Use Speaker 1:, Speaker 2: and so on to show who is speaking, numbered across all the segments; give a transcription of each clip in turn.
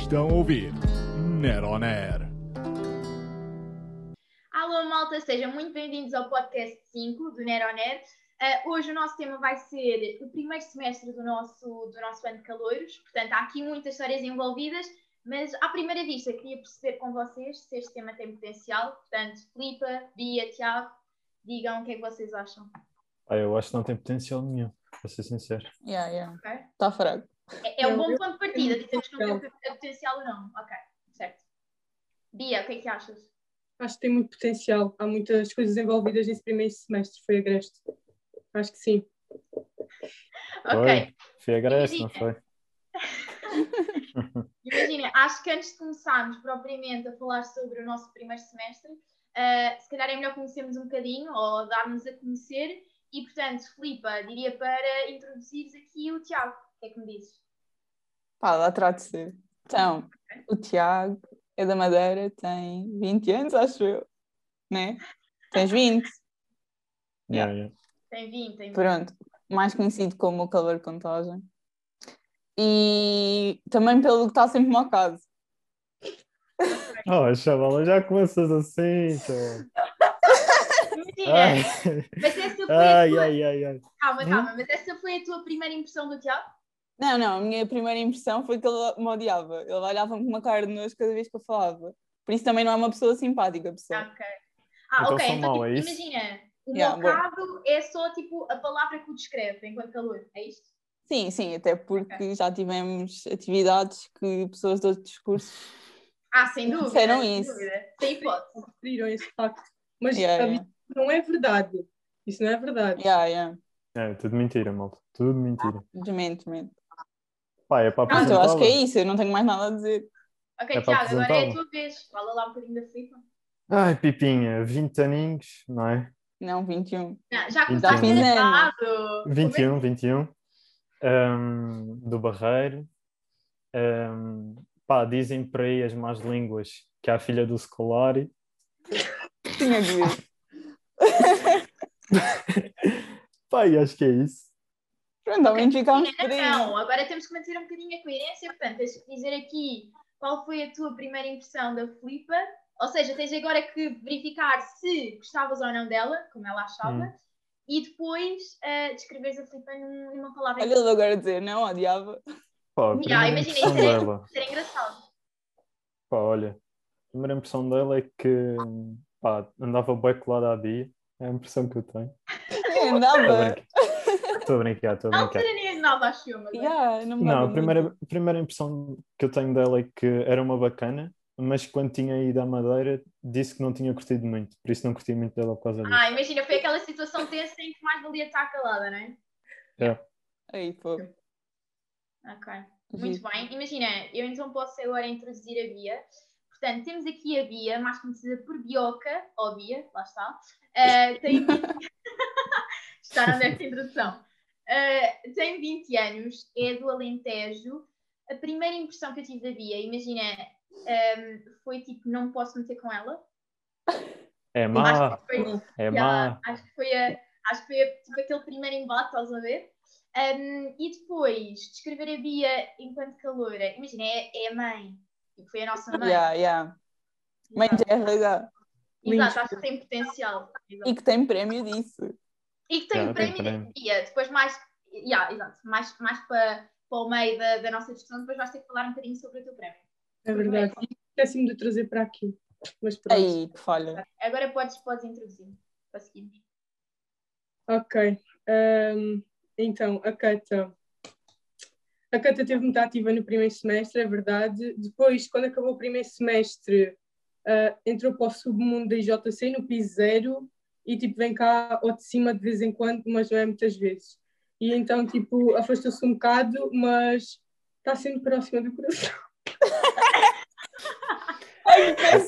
Speaker 1: estão a ouvir Neroner.
Speaker 2: Alô, malta, sejam muito bem-vindos ao podcast 5 do Neroner. Uh, hoje o nosso tema vai ser o primeiro semestre do nosso, do nosso ano de calouros, portanto, há aqui muitas histórias envolvidas, mas à primeira vista queria perceber com vocês se este tema tem potencial. Portanto, Filipa, Bia, Tiago, digam o que é que vocês acham.
Speaker 3: Ah, eu acho que não tem potencial nenhum, para ser sincero.
Speaker 4: Yeah, yeah. Tá
Speaker 2: ok?
Speaker 4: Está fraco.
Speaker 2: É, é um
Speaker 5: Eu-
Speaker 2: bom
Speaker 5: eu-
Speaker 2: ponto de partida,
Speaker 5: eu-
Speaker 2: dizemos que não tem o potencial ou não. Ok, certo. Bia, o que é que achas?
Speaker 5: Acho que tem muito potencial. Há muitas coisas envolvidas nesse primeiro semestre, foi agreste. Acho que sim.
Speaker 2: Ok,
Speaker 3: Foi, foi agreste, não foi?
Speaker 2: imagina, acho que antes de começarmos propriamente a falar sobre o nosso primeiro semestre, ah, se calhar é melhor conhecermos um bocadinho ou darmos a conhecer. E, portanto, Filipa, diria para introduzires aqui o Tiago. O que é que me dizes?
Speaker 4: Pá, lá terá de ser. Então, o Tiago é da Madeira, tem 20 anos, acho eu. Né? Tens 20.
Speaker 3: Yeah, yeah.
Speaker 2: Tem vindo, tem vindo.
Speaker 4: Pronto. Mais conhecido como o Calor Contagem. E também pelo que está sempre mocado.
Speaker 3: Oh, chavala, já começas assim, chaval. Ai,
Speaker 2: Imagina, mas essa foi a
Speaker 3: ai,
Speaker 2: tua...
Speaker 3: ai, ai, ai.
Speaker 2: Calma, calma, mas essa foi a tua primeira impressão do Tiago?
Speaker 4: Não, não, a minha primeira impressão foi que ele me odiava. Ele olhava-me com uma cara de nojo cada vez que eu falava. Por isso também não é uma pessoa simpática, pessoal.
Speaker 2: Ah, ok. Ah,
Speaker 3: Então
Speaker 2: ok.
Speaker 3: sou
Speaker 2: Então,
Speaker 3: mau,
Speaker 2: tipo,
Speaker 3: é isso?
Speaker 2: imagina, o
Speaker 4: Yeah, boa.
Speaker 2: mocado é só tipo a palavra que o descreve enquanto calor, é isto?
Speaker 4: Sim, sim, até porque já tivemos atividades que pessoas de outros cursos.
Speaker 2: Ah, sem dúvida.
Speaker 4: Disseram
Speaker 2: sem
Speaker 4: isso.
Speaker 2: Dúvida. Sem hipótese.
Speaker 5: Referiram esse facto. Mas
Speaker 4: Yeah,
Speaker 5: a
Speaker 4: yeah.
Speaker 5: vida não é verdade. Isso não é verdade.
Speaker 4: Yeah, yeah.
Speaker 3: É, tudo mentira, malta. Tudo mentira.
Speaker 4: Demente, demente.
Speaker 3: Pá, é para
Speaker 4: Pronto, eu
Speaker 3: apresentar.
Speaker 4: acho que é isso, eu não tenho mais nada a dizer.
Speaker 2: Ok,
Speaker 3: É para
Speaker 2: Tiago, agora é a tua
Speaker 3: apresentá-lo.
Speaker 2: vez. Fala lá um bocadinho da Filipa.
Speaker 3: Ai, Pipinha, 20 aninhos, não é?
Speaker 4: Não, 21.
Speaker 2: Não, já
Speaker 3: Então,
Speaker 2: começaste
Speaker 4: fiz anos. um.
Speaker 2: errado.
Speaker 3: 21, 21. Ahm, um, ehm, do Barreiro. Ahm, pá, dizem por aí as más línguas que é a filha do Scolari.
Speaker 4: Tinha que ver.
Speaker 3: Pá, e acho que é isso.
Speaker 4: Pronto, ao menos ficámos por
Speaker 2: Menina,
Speaker 4: aí. né?
Speaker 2: Não, agora temos que manter um bocadinho a coerência, portanto, tens que dizer aqui qual foi a tua primeira impressão da Filipa, ou seja, tens agora que verificar se gostavas ou não dela, como ela achava,
Speaker 3: Hum.
Speaker 2: e depois ah, descreveres a Filipa num- numa palavra.
Speaker 4: Olha ele agora dizer, não, odiava.
Speaker 3: Pá, a
Speaker 2: Ya,
Speaker 3: primeira
Speaker 2: imagina,
Speaker 3: impressão
Speaker 2: isso é-
Speaker 3: dela.
Speaker 2: Será engraçado.
Speaker 3: Pá, olha, a primeira impressão dela é que pá, andava bem colada à Bia. É a impressão que eu tenho. Estou a
Speaker 4: É, Andava.
Speaker 3: brincar. Estou a brincar, estou a
Speaker 2: Não,
Speaker 3: brincar.
Speaker 2: será nem nada, acho eu, mas é.
Speaker 4: Yeah, não, me
Speaker 3: Não,
Speaker 4: dava
Speaker 3: a primeira, a primeira impressão que eu tenho dela é que era uma bacana, mas quando tinha ido à Madeira disse que não tinha curtido muito, por isso não curti muito dela por causa disso.
Speaker 2: Ah, imagina, foi aquela situação tensa em que mais valia estar calada, não é?
Speaker 4: muito. Aí, pô.
Speaker 2: Ok. Muito
Speaker 4: Giro.
Speaker 2: bem, imagina, eu então posso agora introduzir a Bia. Portanto, temos aqui a Bia, mais conhecida por Bioca, ou Bia, lá está. Ah, tem... Gostaram desta introdução? Ah, tem 20 anos, é do Alentejo. A primeira impressão que eu tive da Bia, imagina, ahm, foi tipo, não me posso meter com ela.
Speaker 3: É
Speaker 2: Acho
Speaker 3: má,
Speaker 2: que foi
Speaker 3: é
Speaker 2: Yeah,
Speaker 3: má.
Speaker 2: acho que foi, a- acho que foi a- tipo, aquele primeiro embate, estás a ver? Um, e depois, descrever a Bia enquanto caloura. Imagina, é, é a mãe. Tipo, Foi a nossa mãe.
Speaker 4: Yeah, yeah. Mãe de RH.
Speaker 2: Exato, acho que tem potencial. Exato.
Speaker 4: E que tem prémio disso.
Speaker 2: E que tem
Speaker 3: Yeah,
Speaker 2: o
Speaker 3: tem
Speaker 2: prémio da
Speaker 3: prémio.
Speaker 2: Bia. Depois mais, yeah, exato, mais, mais para, para o meio da, da nossa discussão, depois vais ter que falar um bocadinho sobre o teu prémio.
Speaker 5: É verdade. E Esqueci-me de trazer para aqui. Mas pronto.
Speaker 4: Aí, que falha.
Speaker 2: Agora podes, podes introduzir para seguirmos.
Speaker 5: Ok. Ahm, então, a Cata. A Cata esteve muito ativa no primeiro semestre, é verdade. Depois, quando acabou o primeiro semestre, ah, entrou para o submundo da IJC no piso zero e tipo vem cá ao de cima de vez em quando, mas não é muitas vezes. E então, tipo, afastou-se um bocado, mas está sendo próxima do coração.
Speaker 2: É,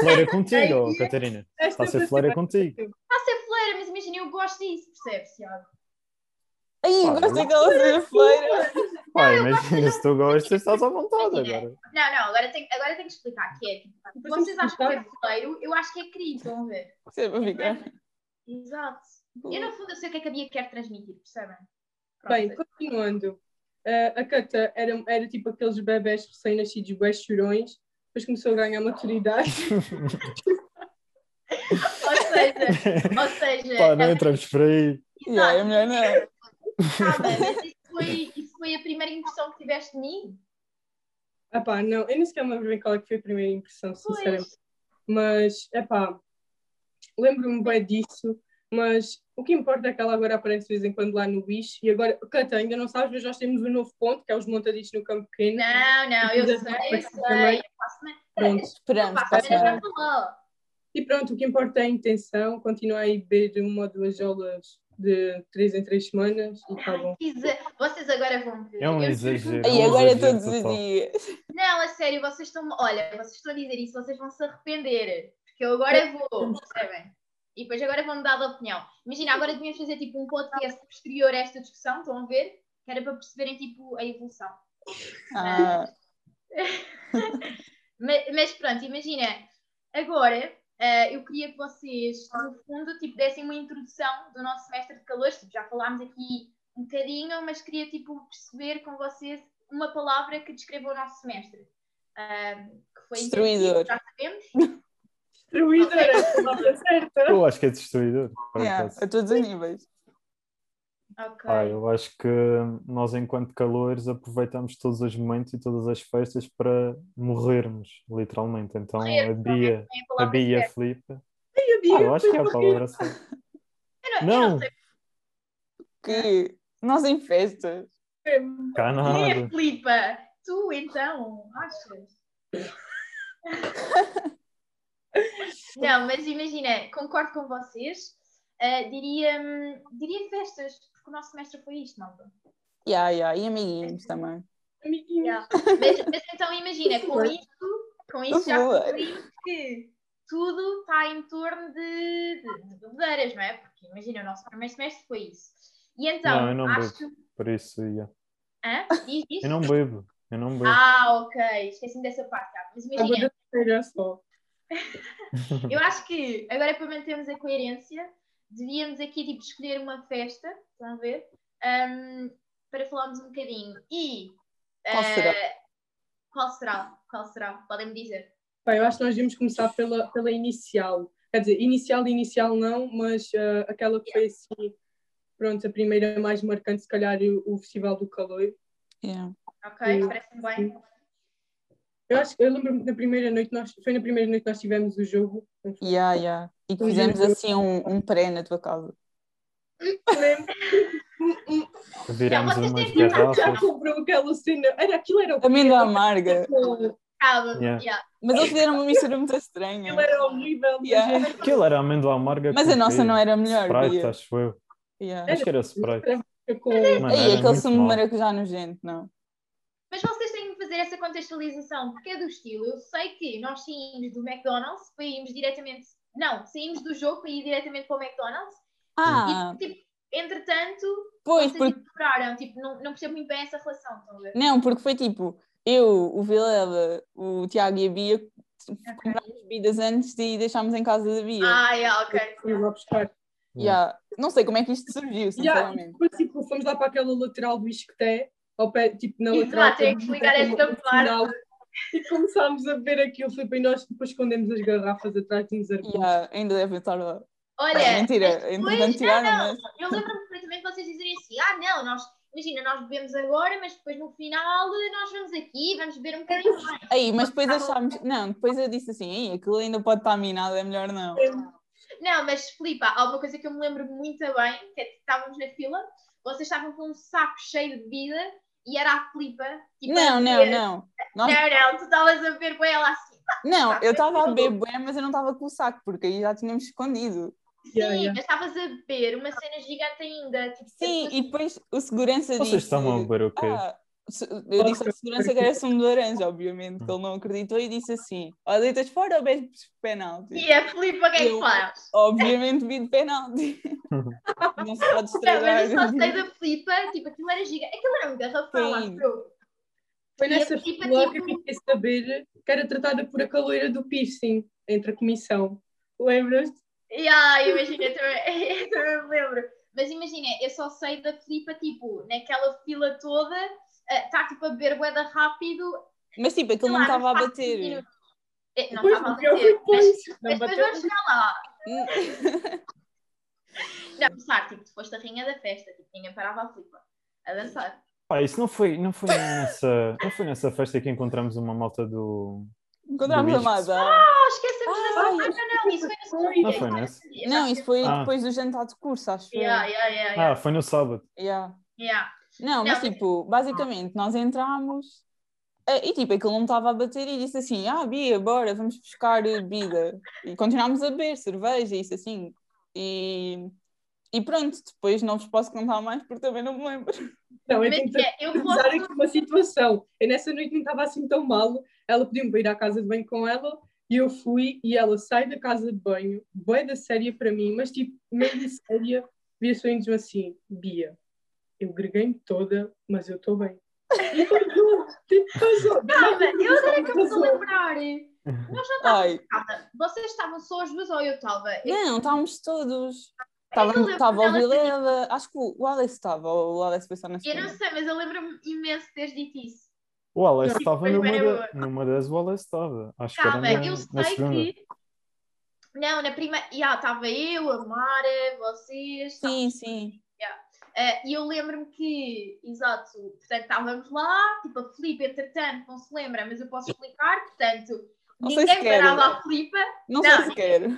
Speaker 3: Fleira é contigo,
Speaker 5: Ai,
Speaker 3: Catarina.
Speaker 5: Esta
Speaker 3: Está a ser fleira contigo.
Speaker 2: Está a ser fleira, mas imagina, eu gosto disso, percebes, Tiago?
Speaker 4: Aí,
Speaker 3: Pá,
Speaker 4: gosto
Speaker 3: não.
Speaker 4: daquela seja fleira.
Speaker 3: Pá, imagina, se tu gostas, estás à vontade agora.
Speaker 2: Não, não, agora tenho, agora tenho que explicar que é. tipo, Vocês acham que é fleiro? Eu acho que é querido, estão a ver?
Speaker 4: Você vai ficar.
Speaker 2: Exato. Eu, no fundo, eu sei o que é que a Bia quer transmitir, percebem? Pronto.
Speaker 5: Bem, continuando. Ah, a Cata era, era tipo aqueles bebés recém-nascidos, bué chorões, depois começou a ganhar maturidade.
Speaker 2: Ou seja, ou seja é
Speaker 3: Pá, não
Speaker 2: ela-
Speaker 3: entramos por aí.
Speaker 4: Yeah, é melhor não.
Speaker 2: Calma, Ah, mas isso foi, isso foi a primeira impressão que tiveste de mim?
Speaker 5: Ah pá, não, eu nem sequer me lembro bem qual é que foi a primeira impressão, sinceramente.
Speaker 2: Pois.
Speaker 5: Mas, é pá, lembro-me bem disso, mas o que importa é que ela agora aparece de vez em quando lá no bicho. E agora, Cata, ainda não sabes, mas nós temos um novo ponto, que é os montaditos no campo pequeno.
Speaker 2: Não, não, eu sei,
Speaker 5: é
Speaker 2: eu sei. Eu faço na-
Speaker 5: Pronto.
Speaker 4: Esperamos
Speaker 2: faço na-
Speaker 4: passar.
Speaker 2: já falou.
Speaker 5: E pronto, o que importa é a intenção, continuar a ir beber uma ou duas aulas de três em três semanas e tá bom.
Speaker 2: Quis- Vocês agora vão ver.
Speaker 3: É um
Speaker 2: Eu-
Speaker 3: exagero.
Speaker 4: E
Speaker 3: é um
Speaker 4: agora
Speaker 3: exagero
Speaker 4: todos os
Speaker 3: total.
Speaker 4: dias.
Speaker 2: Não, a sério, vocês estão. Olha, vocês estão a dizer isso, vocês vão se arrepender. Porque eu agora vou, percebem? E depois agora vão mudar de opinião. Imagina, agora devíamos fazer tipo um podcast posterior a esta discussão, estão a ver? Que era para perceberem tipo a evolução.
Speaker 4: Ah,
Speaker 2: Ma- Mas pronto, imagina, agora eh, eu queria que vocês, no fundo, tipo, dessem uma introdução do nosso semestre de calores. Tipo, já falámos aqui um bocadinho, mas queria tipo, perceber com vocês uma palavra que descreva o nosso semestre. Ahm, que foi
Speaker 4: Destruidor.
Speaker 2: intensivo, Já sabemos.
Speaker 5: Destruidora, é a palavra certa.
Speaker 3: Eu acho que é destruidor. por
Speaker 4: yeah,
Speaker 3: acaso.
Speaker 4: a todos os níveis.
Speaker 2: Ok.
Speaker 3: Pá, eu acho que nós, enquanto calores, aproveitamos todos os momentos e todas as festas para morrermos, literalmente. Então,
Speaker 2: Morrer,
Speaker 3: a Bia,
Speaker 2: Tem um
Speaker 3: a
Speaker 2: palavra
Speaker 3: Bia e a
Speaker 2: certa.
Speaker 3: Filipe.
Speaker 5: E a Bia
Speaker 3: Ah, eu acho que é a
Speaker 5: foi
Speaker 3: palavra certa.
Speaker 2: Eu não, eu não
Speaker 3: Não,
Speaker 2: sei
Speaker 4: Que nós em festas.
Speaker 2: quem é
Speaker 3: canada.
Speaker 2: Filipa. Tu então, achas? Não, mas imagina, concordo com vocês. Ah, diria, hum, diria festas, porque o nosso semestre foi isto, malta.
Speaker 4: Yeah, yeah. E amiguinhos também.
Speaker 5: amiguinha.
Speaker 2: Yeah. Mas, mas então imagina, com isto, com isto já
Speaker 4: Boa.
Speaker 2: concluímos que tudo está em torno de, de, de bebedeiras, não é? Porque imagina, o nosso primeiro semestre foi isso. E então,
Speaker 3: Não, eu não
Speaker 2: acho.
Speaker 3: Por isso, yeah.
Speaker 2: Hã? Diz, diz.
Speaker 3: eu não bebo. Eu não bebo.
Speaker 2: Ah, ok, esqueci-me dessa parte, tá? mas imagina,
Speaker 5: Agora terceira é só.
Speaker 2: Eu acho que agora para mantermos a coerência, devíamos aqui tipo, escolher uma festa, estão a ver? Ahm, para falarmos um bocadinho. E
Speaker 4: Qual
Speaker 2: eh,
Speaker 4: será?
Speaker 2: qual será? Qual será? Podem-me dizer.
Speaker 5: Bem, eu acho que nós devíamos começar pela, pela inicial. Quer dizer, inicial de inicial não, mas ah, aquela que foi assim, pronto, a primeira mais marcante, se calhar, o, o Festival do Calor.
Speaker 4: Yeah.
Speaker 2: Ok?
Speaker 5: Sim.
Speaker 2: Parece-me bem.
Speaker 5: Eu acho que eu lembro-me que na primeira noite nós, foi na primeira noite que nós tivemos o jogo. não foi?
Speaker 4: Yeah, yeah. E que
Speaker 5: Um
Speaker 4: fizemos
Speaker 5: dia-
Speaker 4: assim um, um pré na tua casa.
Speaker 5: Lembro.
Speaker 3: Viramos
Speaker 2: vocês
Speaker 3: umas
Speaker 2: têm que ir
Speaker 5: Já
Speaker 3: garrafas.
Speaker 5: comprou aquela cena. Era, aquilo era o
Speaker 4: Amêndoa amarga.
Speaker 5: aquilo
Speaker 2: Calma,
Speaker 3: Yeah.
Speaker 2: yeah.
Speaker 4: Mas eles fizeram uma mistura muito estranha.
Speaker 5: era horrível. mas
Speaker 4: Yeah.
Speaker 5: era-
Speaker 3: Aquilo era amêndoa amarga.
Speaker 4: Mas
Speaker 3: com
Speaker 4: a nossa
Speaker 3: quê?
Speaker 4: não era melhor.
Speaker 3: Sprite,
Speaker 4: Bia.
Speaker 3: acho eu.
Speaker 4: Yeah.
Speaker 3: Acho que era Sprite.
Speaker 5: era com-
Speaker 3: Mano,
Speaker 4: E
Speaker 3: era
Speaker 4: aquele
Speaker 3: muito
Speaker 4: sumo de
Speaker 3: mau.
Speaker 4: maracujá nojento, não.
Speaker 2: Mas vocês têm que fazer essa contextualização, porque é do estilo. Eu sei que nós saímos do McDonald's para irmos diretamente. Não, saímos do jogo para ir diretamente para o McDonald's
Speaker 3: Hum.
Speaker 4: Ah,
Speaker 2: e, tipo, entretanto,
Speaker 4: pois,
Speaker 2: vocês
Speaker 4: porque.
Speaker 2: ignoraram, tipo, não, não percebo muito bem essa relação, estão a ver?
Speaker 4: Não, porque foi tipo, eu, o Vilela, o Tiago e a Bia comprámos bebidas antes de deixámos em casa da Bia.
Speaker 2: Ah, yeah, ok.
Speaker 5: Fui lá buscar.
Speaker 3: Hum.
Speaker 4: Yeah. Não sei como é que isto surgiu,
Speaker 5: Yeah,
Speaker 4: sinceramente.
Speaker 5: Depois, tipo, fomos lá para aquela lateral do Isqueté, ao pé, tipo, na
Speaker 2: Exato,
Speaker 5: lateral.
Speaker 2: tem que ligar esta
Speaker 5: no final, E começámos a beber aquilo, foi bem nós depois escondemos as garrafas atrás de uns arbustos.
Speaker 4: Yeah, ainda devem estar lá.
Speaker 2: Olha, mas
Speaker 4: Mentira, entretanto
Speaker 2: depois,
Speaker 4: tiraram,
Speaker 2: não, não,
Speaker 4: mas.
Speaker 2: eu lembro-me perfeitamente vocês dizerem assim, ah, não, nós, imagina, nós bebemos agora, mas depois no final eh, nós vamos aqui, vamos beber um bocadinho mais.
Speaker 4: Aí, mas depois achámos. Não, depois eu disse assim, Ei, aquilo ainda pode estar minado, é melhor não.
Speaker 2: Não, mas Filipa, há uma coisa que eu me lembro muito bem, que é que estávamos na fila, vocês estavam com um saco cheio de bebida e era a Filipa. tipo, a
Speaker 4: Não, não,
Speaker 2: beber.
Speaker 4: não. Nós-
Speaker 2: Não, não, tu estavas a ver com ela assim.
Speaker 4: Não, eu estava a beber, mas eu não estava com o saco, porque aí já tínhamos escondido.
Speaker 2: Sim,
Speaker 5: Yeah, yeah.
Speaker 2: mas estavas a beber uma cena gigante ainda. Tipo,
Speaker 4: Sim,
Speaker 2: tanto-
Speaker 4: e depois o segurança disse.
Speaker 3: Vocês estão a beber o quê?
Speaker 4: Ah, se- eu disse ao segurança que era sumo de laranja, obviamente, que ele não acreditou e disse assim: ou deitas fora ou bebes penalti.
Speaker 2: E a Filipa, o que é que
Speaker 4: Eu-
Speaker 2: faz?
Speaker 4: Obviamente vi de penalti.
Speaker 2: Não, mas
Speaker 4: não se pode
Speaker 2: eu só
Speaker 4: estragar.
Speaker 2: sei da Flipa, tipo, aquilo era gigante. Aquilo era um garrafão,
Speaker 4: Sim.
Speaker 2: acho eu.
Speaker 5: Foi nessa
Speaker 2: E a Filipa,
Speaker 5: fila que eu
Speaker 2: tipo-
Speaker 5: fiquei a saber que era tratada por a caloeira do piercing, entre a comissão. Lembras-te?
Speaker 2: E ai, imagina, eu também, eu também me lembro. Mas imagina, eu só sei da Flipa, tipo, naquela fila toda, eh, estar tipo a beber boeda rápido.
Speaker 4: Mas tipo, aquilo
Speaker 2: sei
Speaker 4: não
Speaker 2: lá,
Speaker 4: estava a
Speaker 2: espaço de
Speaker 4: bater.
Speaker 2: 20 Eh, Não
Speaker 5: Pois,
Speaker 2: estava a
Speaker 5: porque eu fui
Speaker 2: bater, mas,
Speaker 5: depois. Não
Speaker 2: mas depois
Speaker 5: bateu.
Speaker 2: vamos chegar lá.
Speaker 4: Hum,
Speaker 2: Já começar, tipo, tu foste a rainha da festa, tipo, ninguém parava a flipa a dançar.
Speaker 3: Pá, isso não foi, não foi nessa, não foi nessa festa que encontramos uma malta do.
Speaker 4: Encontramos a
Speaker 3: Luís.
Speaker 4: Amada.
Speaker 2: Oh, esquecemos
Speaker 4: Ai.
Speaker 2: dessa parte. Ah, não, não, isso foi no segundo dia.
Speaker 3: Não foi nesse?
Speaker 4: Não, isso foi
Speaker 3: Ah.
Speaker 4: depois do jantar de curso, acho eu.
Speaker 2: Yeah, yeah, yeah, yeah,
Speaker 3: Ah, foi no sábado.
Speaker 4: Yeah.
Speaker 2: yeah. Não,
Speaker 4: Não, mas
Speaker 2: mas-
Speaker 4: tipo, basicamente nós entramos eh, e tipo, aquilo não estava a bater e disse assim: Ah, Bia, bora, vamos buscar eh, bebida. E continuámos a beber cerveja e isso assim. E, e pronto, depois não vos posso contar mais porque também não me lembro.
Speaker 5: Não, eu
Speaker 2: Mas
Speaker 5: tenho que
Speaker 2: é, eu
Speaker 5: usar
Speaker 2: posso.
Speaker 5: aqui uma situação. Eu nessa noite não estava assim tão mal. Ela pediu-me para ir à casa de banho com ela e eu fui e ela sai da casa de banho, boa da séria para mim, mas tipo, mesmo séria, via só mesmo assim, Bia, eu greguei-me toda, mas eu estou bem. E passou, tipo, passou.
Speaker 2: Calma, eu agora é que eu me estou a
Speaker 5: Passou.
Speaker 2: lembrar.
Speaker 3: eh,
Speaker 2: Nós já estávamos.
Speaker 4: Ai,
Speaker 2: Calma, vocês estavam só as duas ou eu estava? Eu-
Speaker 4: não, estávamos todos.
Speaker 2: Eu lembro
Speaker 4: Estava o
Speaker 2: dela ter dito-
Speaker 4: Vilela, acho que o o Alex estava, ou o Alex foi só na
Speaker 2: Eu não
Speaker 4: segunda.
Speaker 2: sei, mas eu lembro-me imenso de teres dito isso.
Speaker 3: O Alex estava
Speaker 2: foi
Speaker 3: numa,
Speaker 2: primeiro.
Speaker 3: da- numa das, o Alex estava. Acho que era
Speaker 2: Calma,
Speaker 3: na,
Speaker 2: eu
Speaker 3: na
Speaker 2: sei
Speaker 3: segunda.
Speaker 2: que. Não, na primeira. Já estava eu, a Mara, vocês. tá.
Speaker 4: Sim, sim.
Speaker 2: Eh, E eu lembro-me que, exato, portanto, estávamos lá, tipo, a Filipe, entretanto, não se lembra, mas eu posso explicar, portanto,
Speaker 4: Não sei se
Speaker 2: ninguém
Speaker 4: quero.
Speaker 2: parava a Filipe.
Speaker 4: Não,
Speaker 2: Não,
Speaker 4: sei se quero.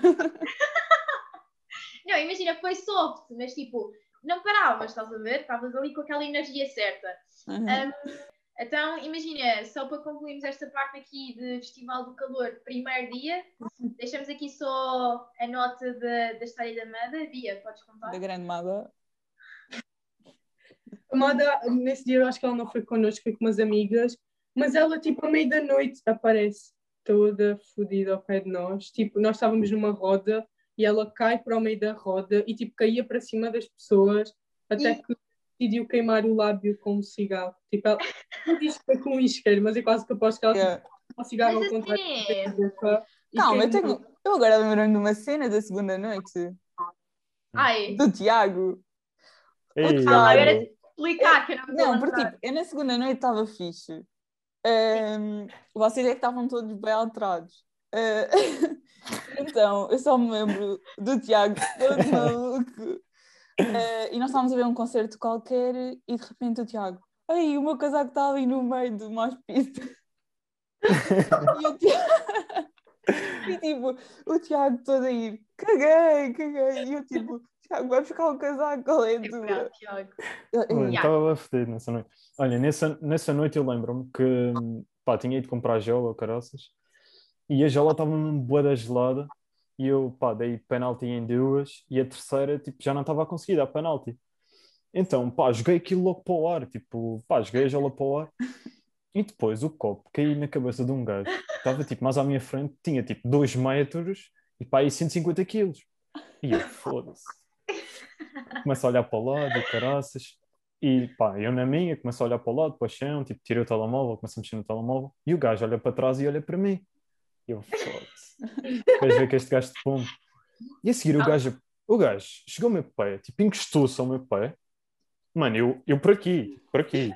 Speaker 2: Não, imagina, foi soft, mas tipo, não paravas, estás a ver? Estavas ali com aquela energia certa. É.
Speaker 4: Aham.
Speaker 2: Então, imagina, só para concluirmos esta parte aqui de Festival do Calor, primeiro dia, deixamos aqui só a nota da, da história da Amanda. Bia, podes contar?
Speaker 4: Da grande Mada.
Speaker 5: A Amada, nesse dia eu acho que ela não foi connosco, foi com umas amigas, mas ela, tipo, à meia da noite aparece toda fodida ao pé de nós. Tipo, nós estávamos numa roda e ela cai para o meio da roda e, tipo, caía para cima das pessoas até
Speaker 2: E-
Speaker 5: que decidiu queimar o lábio com um cigarro. Tipo, ela não diz que foi com um isqueiro, mas é quase que aposto que ela yeah.
Speaker 4: Yeah.
Speaker 5: tipo, um cigarro
Speaker 2: Mas
Speaker 5: ao contrário
Speaker 2: assim
Speaker 5: da
Speaker 2: é.
Speaker 5: boca. e
Speaker 4: Calma, eu
Speaker 5: queimou.
Speaker 4: tenho. Eu agora lembro-me de uma cena da segunda noite
Speaker 2: Ai,
Speaker 4: do Tiago.
Speaker 3: Ei,
Speaker 2: Ah,
Speaker 4: Tiago.
Speaker 2: era- explicar que eu não me
Speaker 4: Não,
Speaker 2: estou a
Speaker 4: porque
Speaker 2: lembrar.
Speaker 4: tipo, eu na segunda noite estava fixe. Ahm, vocês é que estavam todos bem alterados. Ah, então, eu só me lembro do Tiago todo maluco. Ah, e nós estávamos a ver um concerto qualquer e de repente o Tiago, ai, o meu casaco está ali no meio do mais pista. e o Tiago. E tipo, o Tiago todo aí, caguei, caguei. E eu tipo, Tiago, vai buscar o casaco, qual é a
Speaker 2: É
Speaker 4: tua?
Speaker 2: verdade, Tiago.
Speaker 3: Olha,
Speaker 2: Yeah.
Speaker 3: Estava bem fedido nessa noite. Olha, nessa, nessa noite eu lembro-me que hum, pá, tinha ido comprar gelo ou caroças e a gela estava num bué da gelada e eu pá, dei penalti em duas e a terceira tipo, já não estava a conseguir dar penalti. Então pá, joguei aquilo logo para o ar, tipo, pá, joguei a gela para o ar e depois o copo caiu na cabeça de um gajo que estava tipo, mais à minha frente, tinha tipo 2 metros e pá, aí 150 quilos. E eu, foda-se. Começo a olhar para o lado e caraças. E pá, eu na minha começo a olhar para o lado, para o chão, tipo, tirei o telemóvel, começo a mexer no telemóvel, e o gajo olha para trás e olha para mim. E eu, foda-se, queres ver que este gajo de fumo? E a seguir o gajo, o gajo chegou ao meu pé, tipo, encostou-se ao meu pé. Mano, eu, eu por aqui, por aqui,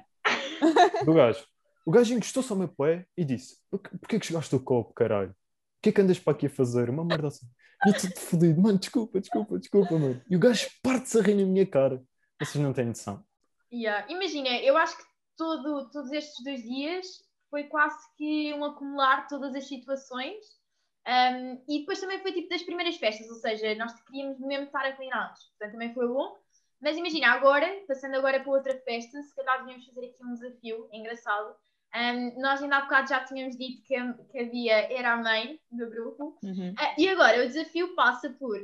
Speaker 3: do gajo. O gajo encostou-se ao meu pé e disse, "Por- porquê que chegaste o copo, caralho? O que é que andas para aqui a fazer? Uma merda assim. E eu tudo fodido, mano, desculpa, desculpa, desculpa, mano. E o gajo parte-se a rir na minha cara. Vocês não têm noção.
Speaker 2: Yeah. Imagina, eu acho que todo, todos estes dois dias foi quase que um acumular de todas as situações. Um, e depois também foi tipo das primeiras festas, ou seja, nós queríamos mesmo estar aclinados, portanto também foi bom. Mas imagina, agora, passando agora para outra festa, se calhar devíamos fazer aqui um desafio engraçado. Um, nós ainda há bocado já tínhamos dito que, a- que havia era a mãe do grupo,
Speaker 4: Uhum.
Speaker 2: ah, e agora, o desafio passa por.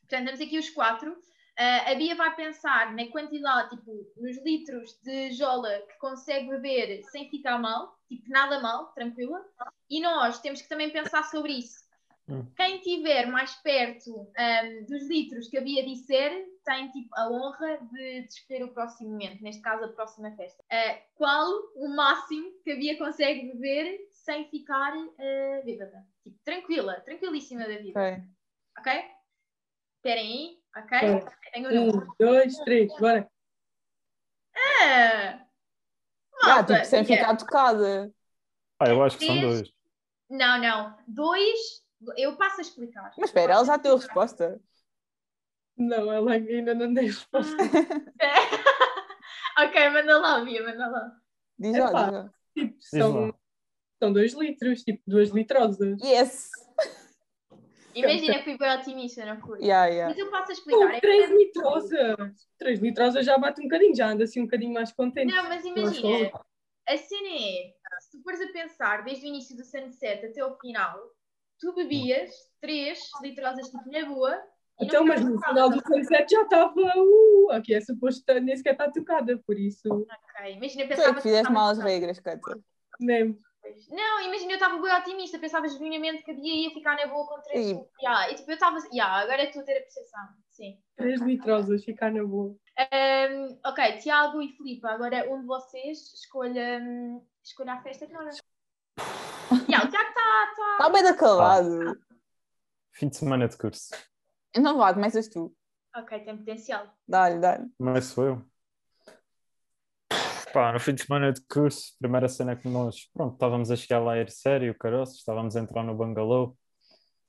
Speaker 2: Portanto, temos aqui os quatro. Ah, a Bia vai pensar na quantidade, tipo, nos litros de jola que consegue beber sem ficar mal, tipo, nada mal, tranquila. E nós temos que também pensar sobre isso.
Speaker 3: Hum.
Speaker 2: Quem tiver mais perto ahm, dos litros que a Bia disser, tem, tipo, a honra de, de escolher o próximo momento, neste caso, a próxima festa. Ah, qual o máximo que a Bia consegue beber sem ficar ah, bêbada? Tipo, tranquila, tranquilíssima da vida.
Speaker 4: Ok.
Speaker 2: Ok? Esperem aí, ok?
Speaker 5: Sim.
Speaker 2: Tenho o
Speaker 5: Um,
Speaker 2: número. É.
Speaker 5: dois, três, bora.
Speaker 2: Ah,
Speaker 4: Ah,
Speaker 2: malta.
Speaker 4: tipo, sem
Speaker 2: Miguel.
Speaker 4: ficar tocada.
Speaker 3: Ah, eu acho que são
Speaker 2: Três.
Speaker 3: dois.
Speaker 2: Não, não. Dois, eu passo a explicar.
Speaker 4: Mas espera, ela já deu a resposta.
Speaker 5: Não, ela ainda não deu Tipo, resposta.
Speaker 2: Ah, ok, manda lá, Bia, manda lá.
Speaker 4: Diz lá,
Speaker 5: Epá.
Speaker 4: diz lá.
Speaker 5: Tipo,
Speaker 3: Diz
Speaker 5: são,
Speaker 3: lá.
Speaker 5: são dois litros, tipo, duas litrosas.
Speaker 4: Yes!
Speaker 2: Imagina, fui bem otimista, não fui?
Speaker 4: Yeah, yeah.
Speaker 2: Mas eu passo a
Speaker 5: Pô,
Speaker 2: explicar. É
Speaker 5: três
Speaker 2: mesmo-
Speaker 5: litrosas! Três litrosas já bate um bocadinho, já anda assim um bocadinho mais contente.
Speaker 2: Não, mas
Speaker 5: Eu acho que
Speaker 2: imagina, a cena é, se tu fores a pensar desde o início do sunset até ao final, tu bebias três litrosas tipo na boa. e não
Speaker 5: Então, mas
Speaker 2: ficavas
Speaker 5: no
Speaker 2: mal,
Speaker 5: final
Speaker 2: não
Speaker 5: do sunset já estava. Uh, aqui é suposto que nem sequer está tocada, por isso.
Speaker 2: Ok, imagina,
Speaker 4: Tu é
Speaker 2: pensava
Speaker 4: que fizeste
Speaker 2: estava-
Speaker 4: mal as regras, Cata.
Speaker 5: Nem.
Speaker 2: Não, imagina, eu estava bem otimista, pensava genuinamente que a Bia ia ficar na boa com três.
Speaker 4: Sim.
Speaker 2: sucos. Yeah, e tipo, eu estava. Yeah, agora é tu a ter a percepção. Sim.
Speaker 5: Três litrosas, ficar na boa.
Speaker 2: Ahm, ok, Tiago e Filipe, agora um de vocês escolha, hum, escolha a festa que hora. yeah, o Tiago está. Tá...
Speaker 4: Está bem da calado.
Speaker 3: Fim de semana de curso.
Speaker 4: Não vá, começas tu.
Speaker 2: tá- Ok, tem potencial.
Speaker 4: Dá-lhe, dá-lhe.
Speaker 3: Mas sou eu. Pá, no fim de semana de curso, primeira cena que nós, pronto, estávamos a chegar lá a ir sério, caroço, estávamos a entrar no bungalow.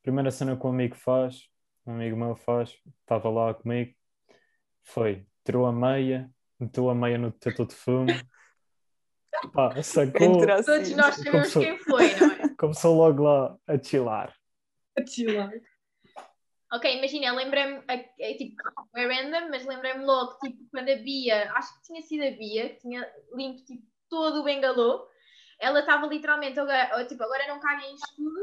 Speaker 3: Primeira cena que um amigo faz, um amigo meu faz, estava lá comigo, foi, tirou a meia, meteu a meia no detector de fumo, pá, sacou,
Speaker 4: Entra
Speaker 2: Todos
Speaker 4: assim.
Speaker 2: nós sabemos quem foi, não é?
Speaker 3: começou logo lá a chilar.
Speaker 5: A chilar.
Speaker 2: Ok, imagina, lembrei-me, é- é tipo, é random, mas lembrei-me logo, tipo, quando a Bia, acho que tinha sido a Bia, que tinha limpo, tipo, todo o bengalô, ela estava literalmente, agora, ó, tipo, agora não caguem isto tudo,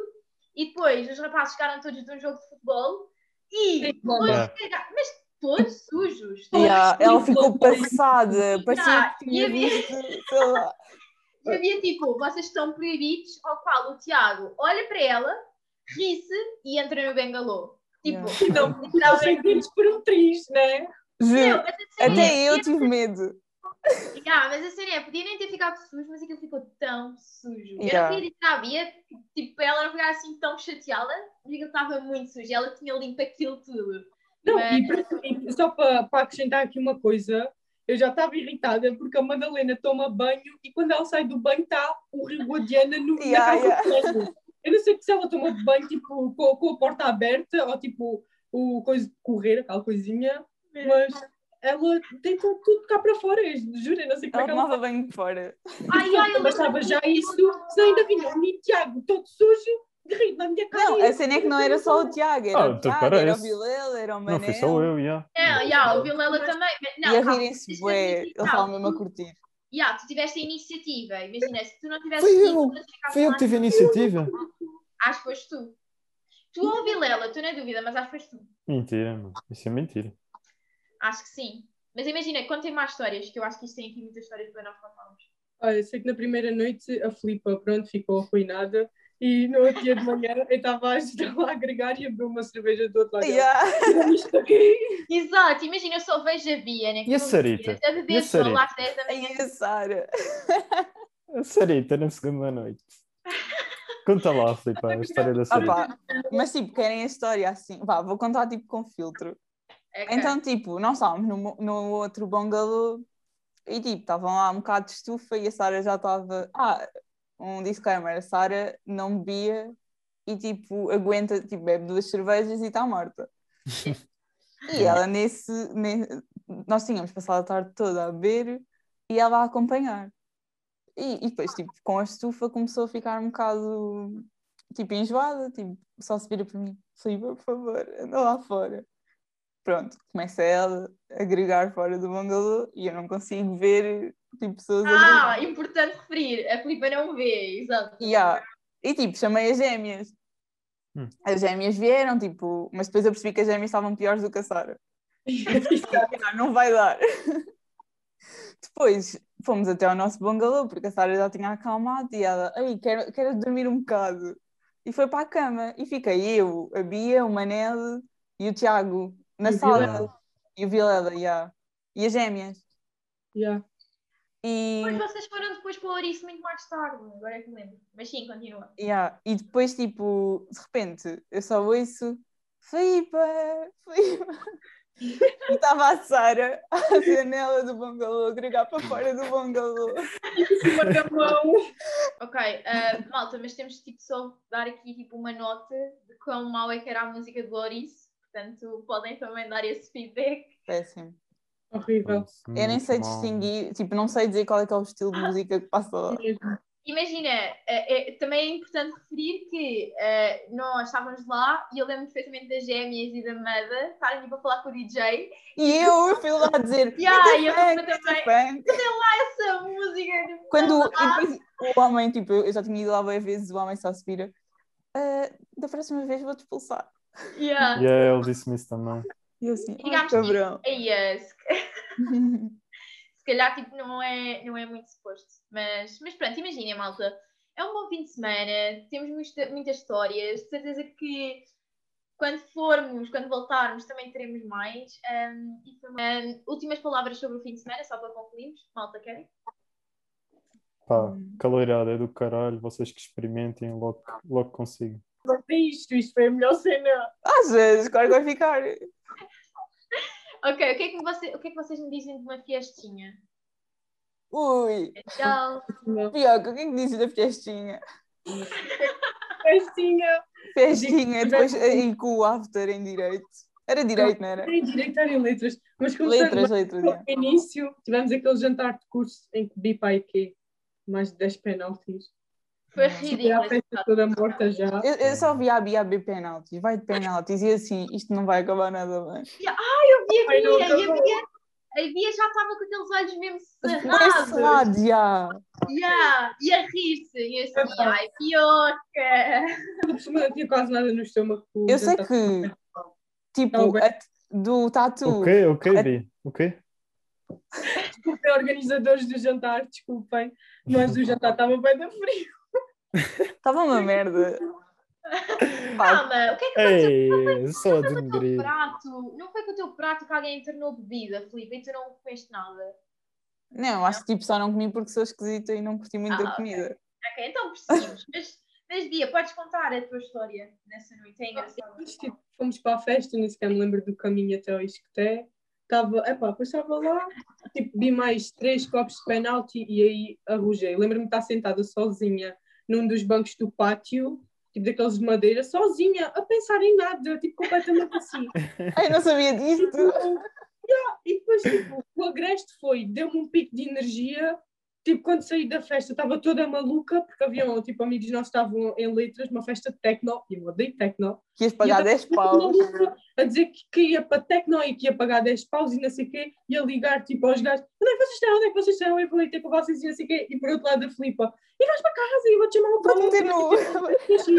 Speaker 2: e depois os rapazes chegaram todos de um jogo de futebol, e todos,
Speaker 3: Yeah.
Speaker 2: cagaram- mas todos sujos, todos.
Speaker 4: Yeah, ela ficou passada, parecia
Speaker 2: Yeah,
Speaker 4: que tinha
Speaker 2: e havia-
Speaker 4: visto, sei lá.
Speaker 2: E havia, tipo, vocês estão proibidos, ao qual o Tiago olha para ela, ri-se e entra no bengalô. Tipo,
Speaker 4: Yeah.
Speaker 5: E não, não sem dedos por um triz, né?
Speaker 4: Juro,
Speaker 2: mas a sério, é
Speaker 4: até eu tive medo.
Speaker 2: Yeah, mas a sério é, podia nem ter ficado sujo, mas aquilo ficou tão sujo.
Speaker 4: Yeah.
Speaker 2: Eu não queria dizer à Bia, que, tipo, para ela não ficar assim tão chateada, porque aquilo estava muito sujo, ela tinha limpo aquilo tudo.
Speaker 5: Não,
Speaker 4: É.
Speaker 2: Mas-
Speaker 5: e, para- e só para, para acrescentar aqui uma coisa, eu já estava irritada porque a Madalena toma banho e quando ela sai do banho está o Rio Guadiana no,
Speaker 4: Yeah,
Speaker 5: na casa de banho. Eu não sei se ela tomou banho tipo, com, com a porta aberta ou tipo o coisa de correr, aquela coisinha, mas ela deitou tudo cá para fora, eu juro, eu não sei
Speaker 4: Ela
Speaker 5: como é que ela
Speaker 4: tomava bem de fora.
Speaker 2: Ai, ai, eu
Speaker 5: mas estava já isso, se ainda vinha o Nino Tiago todo sujo, de rir na minha cara.
Speaker 4: Não, a cena é que não era só o Tiago, era
Speaker 3: Ah,
Speaker 4: o
Speaker 3: tu
Speaker 4: Tiago, era o
Speaker 3: parece.
Speaker 4: Vilela, era o Manel.
Speaker 3: Não, fui só eu, já.
Speaker 2: Não, yeah, o Vilela também. mas- Não,
Speaker 4: e a
Speaker 2: calma,
Speaker 4: rirem-se
Speaker 2: isto
Speaker 4: bué,
Speaker 2: é
Speaker 4: ele
Speaker 2: inicial.
Speaker 4: estava mesmo a curtir.
Speaker 2: Yeah, tu tiveste a iniciativa, imagina, se tu não tivesses
Speaker 3: Fui eu.
Speaker 2: tido, todas ficavam
Speaker 3: Foi eu
Speaker 2: lá.
Speaker 3: que tive a iniciativa?
Speaker 2: Acho que foste tu. Tu ou o Vilela, estou na dúvida, mas acho que foste tu.
Speaker 3: Mentira, mano. Isso é mentira.
Speaker 2: Acho que sim. Mas imagina, contem mais histórias, que eu acho que isto tem aqui muitas histórias para nós contarmos.
Speaker 5: Olha, sei que na primeira noite a Filipa, pronto, ficou arruinada e no outro dia de manhã eu estava a ajudar lá a agregar e abriu uma cerveja do outro lado. dela.
Speaker 4: Yeah.
Speaker 5: Tira-me isto daqui.
Speaker 2: Exato, imagina, eu só vejo a Bia, né?
Speaker 3: E a Sarita?
Speaker 2: A beber
Speaker 3: E a Sarita?
Speaker 2: só às 10 da manhã.
Speaker 4: E a Sara.
Speaker 3: A Sarita na segunda noite. Conta lá, Filipe, a história da Sarita.
Speaker 4: Opa, Mas tipo, querem a história assim. Vá, vou contar tipo com filtro.
Speaker 2: Ok.
Speaker 4: Então, tipo, nós estávamos no, mo- no outro bungalow e, tipo, estavam lá um bocado de estufa e a Sara já estava. Ah, um disclaimer: a Sara não bebia e, tipo, aguenta, tipo, bebe duas cervejas e está morta. e ela, nesse, ne- Nós tínhamos passado a tarde toda a beber e ela a acompanhar. E, e depois, tipo, com a estufa começou a ficar um bocado, tipo, enjoada, tipo, só se vira para mim: Filipe, por favor, anda lá fora pronto, começa ela a agregar fora do bungalow e eu não consigo ver tipo, pessoas a
Speaker 2: Ah,
Speaker 4: agregar.
Speaker 2: importante referir, a Filipa não vê, exato.
Speaker 4: E, há- e tipo, chamei as gêmeas.
Speaker 3: Hum.
Speaker 4: As gêmeas vieram, tipo, mas depois eu percebi que as gêmeas estavam piores do que a Sara. Ah, não vai dar. Depois fomos até ao nosso bungalow, porque a Sara já tinha acalmado e ela, ai, quero, quero dormir um bocado. E foi para a cama. E fiquei eu, a Bia, o Manel e o Tiago na
Speaker 5: E o
Speaker 4: sala.
Speaker 3: Vilela.
Speaker 4: E o Vilela, yeah. e as gêmeas.
Speaker 5: Yeah.
Speaker 4: E,
Speaker 2: Mas vocês foram depois para o Ouriço muito mais tarde, agora é que me lembro. Mas sim, continua.
Speaker 4: yeah, e depois, tipo, de repente, eu só ouço Filipa, Filipa. E estava a Sara à janela do bangalô, a grigar para fora do bangalô.
Speaker 5: Matamão.
Speaker 2: Ok, ah, malta, mas temos tipo só dar aqui tipo uma nota de quão mal é que era a música de Loris, portanto podem também dar esse feedback.
Speaker 4: Péssimo.
Speaker 5: Horrível.
Speaker 4: Eu nem sei distinguir, tipo, não sei dizer qual é que é o estilo
Speaker 2: Ah.
Speaker 4: de música que passa lá.
Speaker 5: Mesmo.
Speaker 2: Imagina, eh, eh, também é importante referir que eh, nós estávamos lá e eu lembro perfeitamente das gêmeas e da Mada estarem tipo a falar com o DJ.
Speaker 4: E eu, eu fui lá dizer.
Speaker 2: Yeah,
Speaker 4: "What the
Speaker 2: eu
Speaker 4: fuck,
Speaker 2: também.
Speaker 4: what the fuck?"
Speaker 2: Essa música! tipo,
Speaker 4: Quando e depois, o homem, tipo, eu já tinha ido lá várias vezes, o homem só se vira. "Ah, da próxima vez vou-te expulsar.
Speaker 2: Yeah.
Speaker 3: E yeah, ele disse-me isso também.
Speaker 4: E eu assim,
Speaker 2: E
Speaker 4: "Ai,
Speaker 2: digamos que-
Speaker 4: cabrão.
Speaker 2: Aí, eh, se, se calhar tipo, não, é, não é muito suposto. Mas, mas pronto, imaginem, malta. É um bom fim de semana, temos muita- muitas histórias, de certeza que quando formos, quando voltarmos, também teremos mais. Ahm, e também- últimas palavras sobre o fim de semana, só para concluirmos, malta querem?
Speaker 3: Pá,
Speaker 4: Hum.
Speaker 3: caloirada é do caralho, vocês que experimentem, logo, logo consigo.
Speaker 5: Isto, isto foi a melhor cena.
Speaker 4: Às vezes, claro que vai ficar.
Speaker 2: Ok, o que, é que você- o que é que vocês me dizem de uma fiestinha?
Speaker 4: Ui,
Speaker 2: Então,
Speaker 4: pior que o que é que dizes da festinha?
Speaker 5: Festinha.
Speaker 4: Festinha, depois aí com o after em direito. Era direito, não era?
Speaker 5: Tem direito a em letras. Mas começando
Speaker 4: Letras, letras.
Speaker 5: pelo
Speaker 4: yeah.
Speaker 5: início, tivemos aquele jantar de curso em que bi pai que mais de 10 penaltis.
Speaker 2: foi
Speaker 5: E a
Speaker 2: ridículo. esse
Speaker 5: festa toda morta já.
Speaker 4: Eu, eu só vi a Bia abrir penaltis, vai de penaltis, e assim, isto não vai acabar nada bem.
Speaker 2: Eu vi a
Speaker 5: Ai, não
Speaker 2: Bia, e a
Speaker 5: acabou.
Speaker 2: Bia, a Bia já estava com aqueles olhos mesmo
Speaker 4: Foi
Speaker 2: cerrados.
Speaker 4: suado, já.
Speaker 2: Yeah, e a rir-se. E eu assim, ai, pioca.
Speaker 5: Por semana tinha quase nada no estômago.
Speaker 4: Eu sei
Speaker 2: tá
Speaker 4: que, tipo, a- do tatu,
Speaker 3: O quê? O
Speaker 4: É
Speaker 3: quê, Bi? O quê?
Speaker 5: Desculpem, organizadores do jantar, desculpem. Mas o jantar estava bem da frio.
Speaker 4: estava uma merda. Pá,
Speaker 2: Calma, o que é que aconteceu
Speaker 3: Ei, só de
Speaker 2: com o teu
Speaker 3: negrir.
Speaker 4: tá
Speaker 2: prato? Não foi com o teu prato que alguém entornou bebida, Filipe, e tu não comeste nada.
Speaker 4: não, acho que tipo, só não comi porque sou esquisita e não curti muito
Speaker 2: Ah,
Speaker 4: da
Speaker 2: ok.
Speaker 4: comida.
Speaker 2: Ok, então percebemos. Mas, mas Bia, podes contar a tua história nessa noite? É engraçado.
Speaker 5: Mas, tipo, fomos para a festa, nem sequer me lembro do caminho até ao escoté. Estava, epá, depois estava lá, tipo, vi mais três copos de penalti e aí arrojei. Lembro-me de estar sentada sozinha num dos bancos do pátio, tipo daqueles de madeira, sozinha, a pensar em nada, tipo, completamente assim.
Speaker 4: Ai, não sabia disto.
Speaker 5: E depois, tipo, o agreste foi, deu-me um pico de energia. Tipo, quando saí da festa, estava toda maluca, porque haviam, tipo, amigos nossos que estavam em letras, uma festa de tecno, e eu odeio tecno.
Speaker 4: Que ias pagar
Speaker 5: E
Speaker 4: 10
Speaker 5: eu estava
Speaker 4: paus.
Speaker 5: toda maluca A dizer que, que ia para tecno e que ia pagar 10 paus e não sei o quê, e a ligar, tipo, aos gajos, onde é que vocês estão, onde é que vocês estão, eu vou aí ter com vocês e não sei o quê, e por outro lado a Filipa, e vais para casa, e eu vou-te chamar o
Speaker 4: Vou-te
Speaker 5: Paulo,
Speaker 4: meter
Speaker 5: e
Speaker 4: no.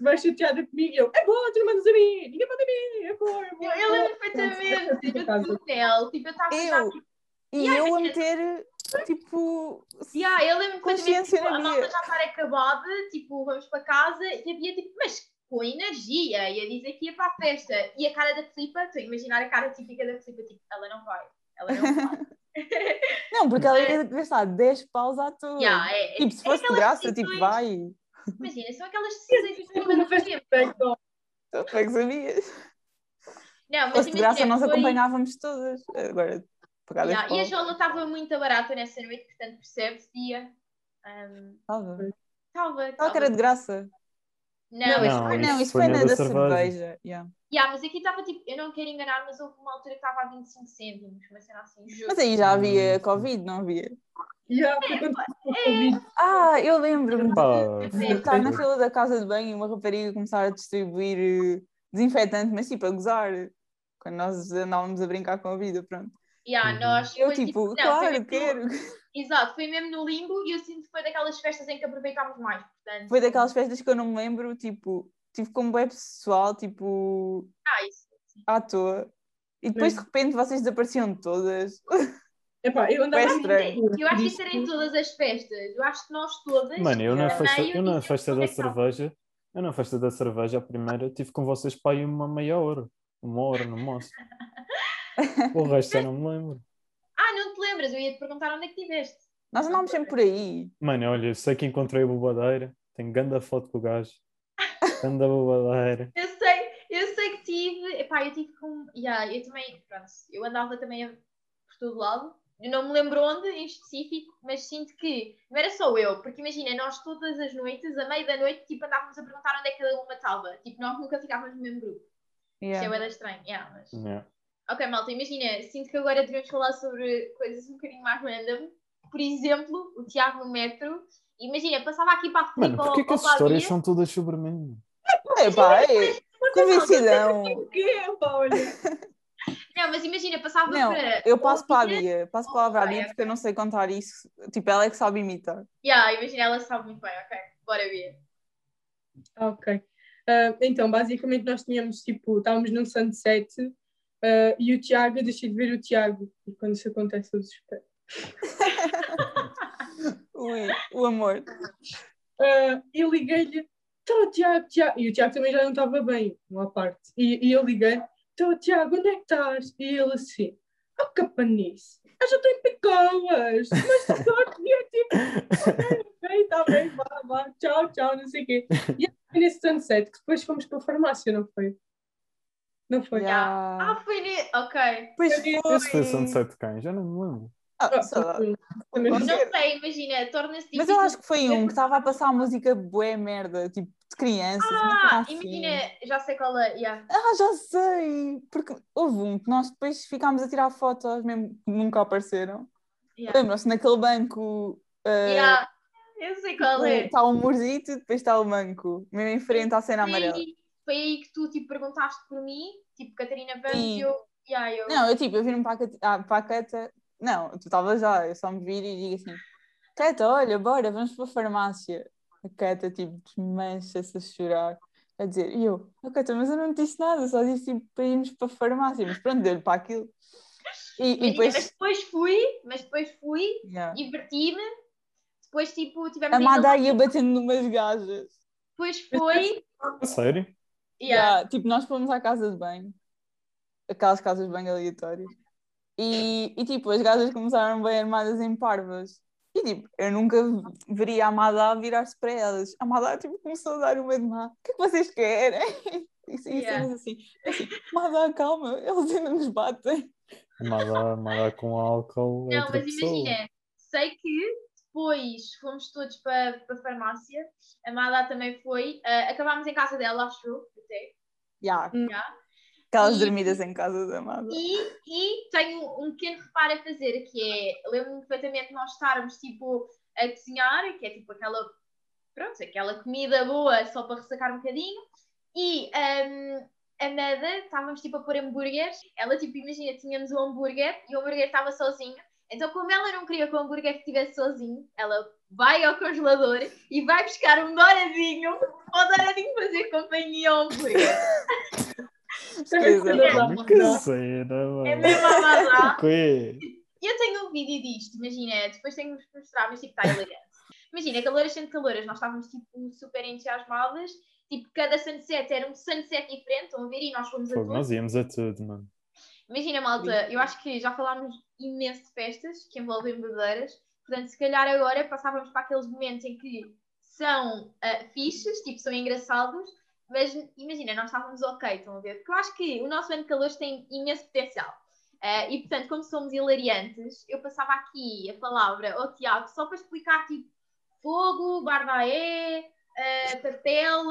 Speaker 5: Vais chateada comigo, e eu, é bom, tu não mandas a mim, ninguém manda a mim, é bom, é bom.
Speaker 2: Eu, eu lembro perfeitamente, tipo, do hotel, tipo, eu estava já
Speaker 4: Eu. E eu a meter, tipo.
Speaker 2: Yeah, eu lembro quando
Speaker 4: Consciência
Speaker 2: tipo,
Speaker 4: na
Speaker 2: a malta
Speaker 4: Bia.
Speaker 2: já estar acabada, tipo, vamos para casa e havia tipo, mas com energia, e a dizer que ia para a festa. E a cara da Filipa, estou a imaginar a cara típica da Filipa, tipo, ela não vai, ela não vai.
Speaker 4: Não, porque ela ia gastar 10 paus à toa.
Speaker 2: yeah, é, é-
Speaker 4: Tipo, se fosse de
Speaker 2: aquelas
Speaker 4: graça, tipo,
Speaker 2: decisões-
Speaker 4: vai.
Speaker 2: Imagina, são aquelas tipo, decisões em cima
Speaker 5: Uma
Speaker 2: do
Speaker 5: festa
Speaker 2: tempo.
Speaker 5: Tecno.
Speaker 4: Então, Como é que sabias?
Speaker 2: Não, mas
Speaker 4: fosse de graça,
Speaker 2: imagina,
Speaker 4: nós
Speaker 2: foi-
Speaker 4: acompanhávamos todas. Agora, pagar
Speaker 2: Yeah, e a
Speaker 4: yeah,
Speaker 2: Jola estava muito barata nessa noite, portanto percebe-se, dia. Um,
Speaker 4: Estava.
Speaker 2: Talvez.
Speaker 4: Ela que era de graça.
Speaker 2: Não,
Speaker 4: Não,
Speaker 2: isso
Speaker 4: Ah,
Speaker 2: foi
Speaker 4: não, isso foi na da cerveja. Yeah.
Speaker 2: Yeah, mas aqui estava tipo, eu não quero enganar, mas houve uma altura que estava a 25 cêntimos, uma cena assim, juro.
Speaker 4: Mas é aí já havia
Speaker 3: Hum.
Speaker 4: Covid, não havia?
Speaker 5: Yeah, foi quando ficou Covid.
Speaker 4: Ah, eu lembro-me
Speaker 3: Pá,
Speaker 4: de estar na fila da casa de banho e uma rapariga começar a distribuir eh, desinfetante, mas tipo a gozar. Quando nós andávamos a brincar com a vida, pronto.
Speaker 2: Yeah,
Speaker 3: Uhum.
Speaker 2: nós,
Speaker 4: Eu
Speaker 2: foi,
Speaker 4: tipo,
Speaker 2: não, foi
Speaker 4: claro,
Speaker 2: mesmo
Speaker 4: quero.
Speaker 2: No, exato, foi mesmo no limbo e eu sinto que foi daquelas festas em que aproveitámos mais. Portanto,
Speaker 4: Foi daquelas festas que eu não me lembro, tipo, tive como bem pessoal, tipo,
Speaker 2: Ah, isso.
Speaker 4: à toa. E depois de repente vocês desapareciam todas.
Speaker 5: Epá, eu andava
Speaker 4: Foi estranho.
Speaker 2: Eu acho que isso era em todas as festas. Eu acho que nós todas.
Speaker 3: Mano, eu na
Speaker 4: Tá
Speaker 2: eh,
Speaker 3: festa,
Speaker 2: meio
Speaker 3: eu na
Speaker 2: dissemos
Speaker 3: festa
Speaker 2: onde
Speaker 3: da
Speaker 2: é que estava.
Speaker 3: cerveja, eu na festa da cerveja, a primeira, tive com vocês para aí uma meia hora, uma hora no máximo. O resto eu não me lembro.
Speaker 2: Ah, não te lembras? Eu ia te perguntar onde é que estiveste.
Speaker 4: Nós andámos sempre por aí.
Speaker 3: Mano, olha, eu sei que encontrei o bobadeira, tenho grande foto com o gajo. Ganda bobadeira.
Speaker 2: Eu sei, eu sei que tive. pá, eu tive com. Yeah, eu também, pronto, eu andava também por todo lado. Eu não me lembro onde em específico, mas sinto que não era só eu, porque imagina, nós todas as noites, a meio da noite, tipo, andávamos a perguntar onde é que cada uma estava. Tipo, nós nunca ficávamos no mesmo grupo. Isto é bem estranho. Yeah, mas...
Speaker 3: Yeah.
Speaker 2: Ok, malta, imagina, sinto que agora devemos falar sobre coisas um bocadinho mais random. Por exemplo, o Tiago no metro. Imagina, passava aqui para a tipo,
Speaker 3: Mano,
Speaker 2: Filipe ou-
Speaker 3: porquê que
Speaker 2: ou
Speaker 3: as
Speaker 2: para a
Speaker 3: histórias
Speaker 2: Bia.
Speaker 3: são todas sobre mim?
Speaker 4: É, pá, é.
Speaker 2: Porque, malta,
Speaker 4: Convencidão.
Speaker 5: O quê, Paula?
Speaker 2: Não, mas imagina, passava
Speaker 4: Não,
Speaker 2: para.
Speaker 4: eu passo
Speaker 2: ou é
Speaker 4: para a
Speaker 2: Bia.
Speaker 4: Bia, passo para a
Speaker 2: Ok,
Speaker 4: Bia porque eu não sei contar isso. Tipo, ela é que sabe imitar.
Speaker 2: Yeah, imagina, ela sabe muito bem, ok. Bora ver.
Speaker 5: Ok. Ah, então, basicamente, nós tínhamos tipo, estávamos num sunset ah, e o Tiago, eu deixei de ver o Tiago. E quando isso acontece, eu desespero.
Speaker 4: Ui, o amor.
Speaker 5: Ah, eu liguei-lhe, então, Tiago, Tiago. E o Tiago também já não estava bem, uma parte. E, e eu liguei-lhe, então, Tiago, onde é que estás? E ele assim, oh, capanice, eu já estou em picolas, mas tu sorte, e eu tipo, bem, está tá bem, vá, vá, tchau, tchau, não sei o quê. E é foi nesse sunset que depois fomos para a farmácia, não foi? Não foi?
Speaker 4: Yeah.
Speaker 2: Ah, foi. ne- Ok.
Speaker 4: Pois
Speaker 3: Esse foi um o
Speaker 4: foi.
Speaker 3: Sunset de quem? Já não me lembro.
Speaker 4: Ah,
Speaker 5: Ah,
Speaker 4: sei lá.
Speaker 5: sim. Também não
Speaker 4: Mas
Speaker 5: sei.
Speaker 2: Não sei, imagina, torna-se tipo,
Speaker 4: Mas
Speaker 2: difícil.
Speaker 4: eu acho que foi um que estava a passar música bué merda, tipo, de crianças. uma coisa
Speaker 2: Ah,
Speaker 4: assim.
Speaker 2: imagina, já sei qual é. Yeah.
Speaker 4: Ah, já sei! Porque houve um que nós depois ficámos a tirar fotos mesmo que nunca apareceram.
Speaker 2: Yeah.
Speaker 4: Lembram-se naquele banco. ah, Está
Speaker 2: Yeah. Eu sei qual é.
Speaker 4: um murzito e depois está o banco, mesmo em frente à cena
Speaker 2: Foi
Speaker 4: amarela.
Speaker 2: aí, foi aí que tu tipo, perguntaste por mim, tipo Catarina Vamos,
Speaker 4: Sim.
Speaker 2: e eu. Yeah, eu...
Speaker 4: Não, eu tipo, eu viro-me para a Cata. ah, para a Cata- Não, tu estavas lá, eu só me viro e digo assim: Cata, olha, bora, vamos para a farmácia. A Cata, tipo, desmancha-se a chorar, a dizer: E eu, "Oh, Cata, mas eu não te disse nada, só disse tipo, para irmos para a farmácia, mas pronto, deu-lhe para aquilo. E, e
Speaker 2: Imagina, Mas
Speaker 4: depois.
Speaker 2: depois fui, mas depois fui,
Speaker 4: Yeah.
Speaker 2: diverti-me. Depois, tipo, tivemos.
Speaker 4: A Amada
Speaker 2: ainda-
Speaker 4: ia batendo numas gajas.
Speaker 2: Depois foi.
Speaker 3: Sério?
Speaker 2: Yeah.
Speaker 4: Yeah, tipo, nós fomos à casa de banho, aquelas casas de banho aleatórias, e, e, tipo, as gajas começaram bem armadas em parvas. E tipo, eu nunca veria a Amada a virar-se para elas. A Amada tipo, começou a dar uma de má. O que é que vocês querem? E, e
Speaker 2: Yeah.
Speaker 4: cenas assim, assim, Amada, calma, eles ainda nos batem.
Speaker 3: Madar, madar com álcool. é
Speaker 2: Não,
Speaker 3: outra
Speaker 2: mas
Speaker 3: pessoa.
Speaker 2: imagina, sei que depois fomos todos para para a farmácia, a Mada também foi, ah, acabámos em casa dela, acho eu, até.
Speaker 4: Yeah.
Speaker 2: já.
Speaker 4: Aquelas
Speaker 2: E-
Speaker 4: dormidas em casa da Amada.
Speaker 2: E, e tenho um pequeno reparo a fazer, que é, lembro-me perfeitamente de nós estarmos, tipo, a cozinhar, que é tipo aquela, pronto, aquela comida boa só para ressacar um bocadinho, e ahm, a Mada, estávamos, tipo, a pôr hambúrgueres, ela, tipo, imagina, tínhamos um hambúrguer, e o hambúrguer estava sozinho, então como ela não queria que o hambúrguer estivesse sozinho, ela vai ao congelador e vai buscar um douradinho, para o douradinho fazer companhia ao hambúrguer.
Speaker 4: Coisa.
Speaker 3: Olha Que cena,
Speaker 2: É
Speaker 3: mano.
Speaker 2: mesmo a Mada.
Speaker 3: Quê?
Speaker 2: E Eu tenho um vídeo disto, imagina, depois tenho-vos que mostrar, mas tipo, está elegante. Imagina, caloras sendo caloras, nós estávamos tipo super entusiasmadas, tipo, cada sunset era um sunset diferente, estão a ver, e nós fomos a
Speaker 3: Fogo,
Speaker 2: todos.
Speaker 3: nós íamos a tudo, mano.
Speaker 2: Imagina, malta, eu acho que já falámos imenso de festas que envolvem bebedeiras, portanto, se calhar agora passávamos para aqueles momentos em que são ah, fixes, tipo, são engraçados, mas imagina, nós estávamos ok, estão a ver? Porque eu acho que o nosso ano de calores tem imenso potencial. Ah, e, portanto, como somos hilariantes, eu passava aqui a palavra ao Tiago só para explicar, tipo, fogo, barbaé, ah, papel.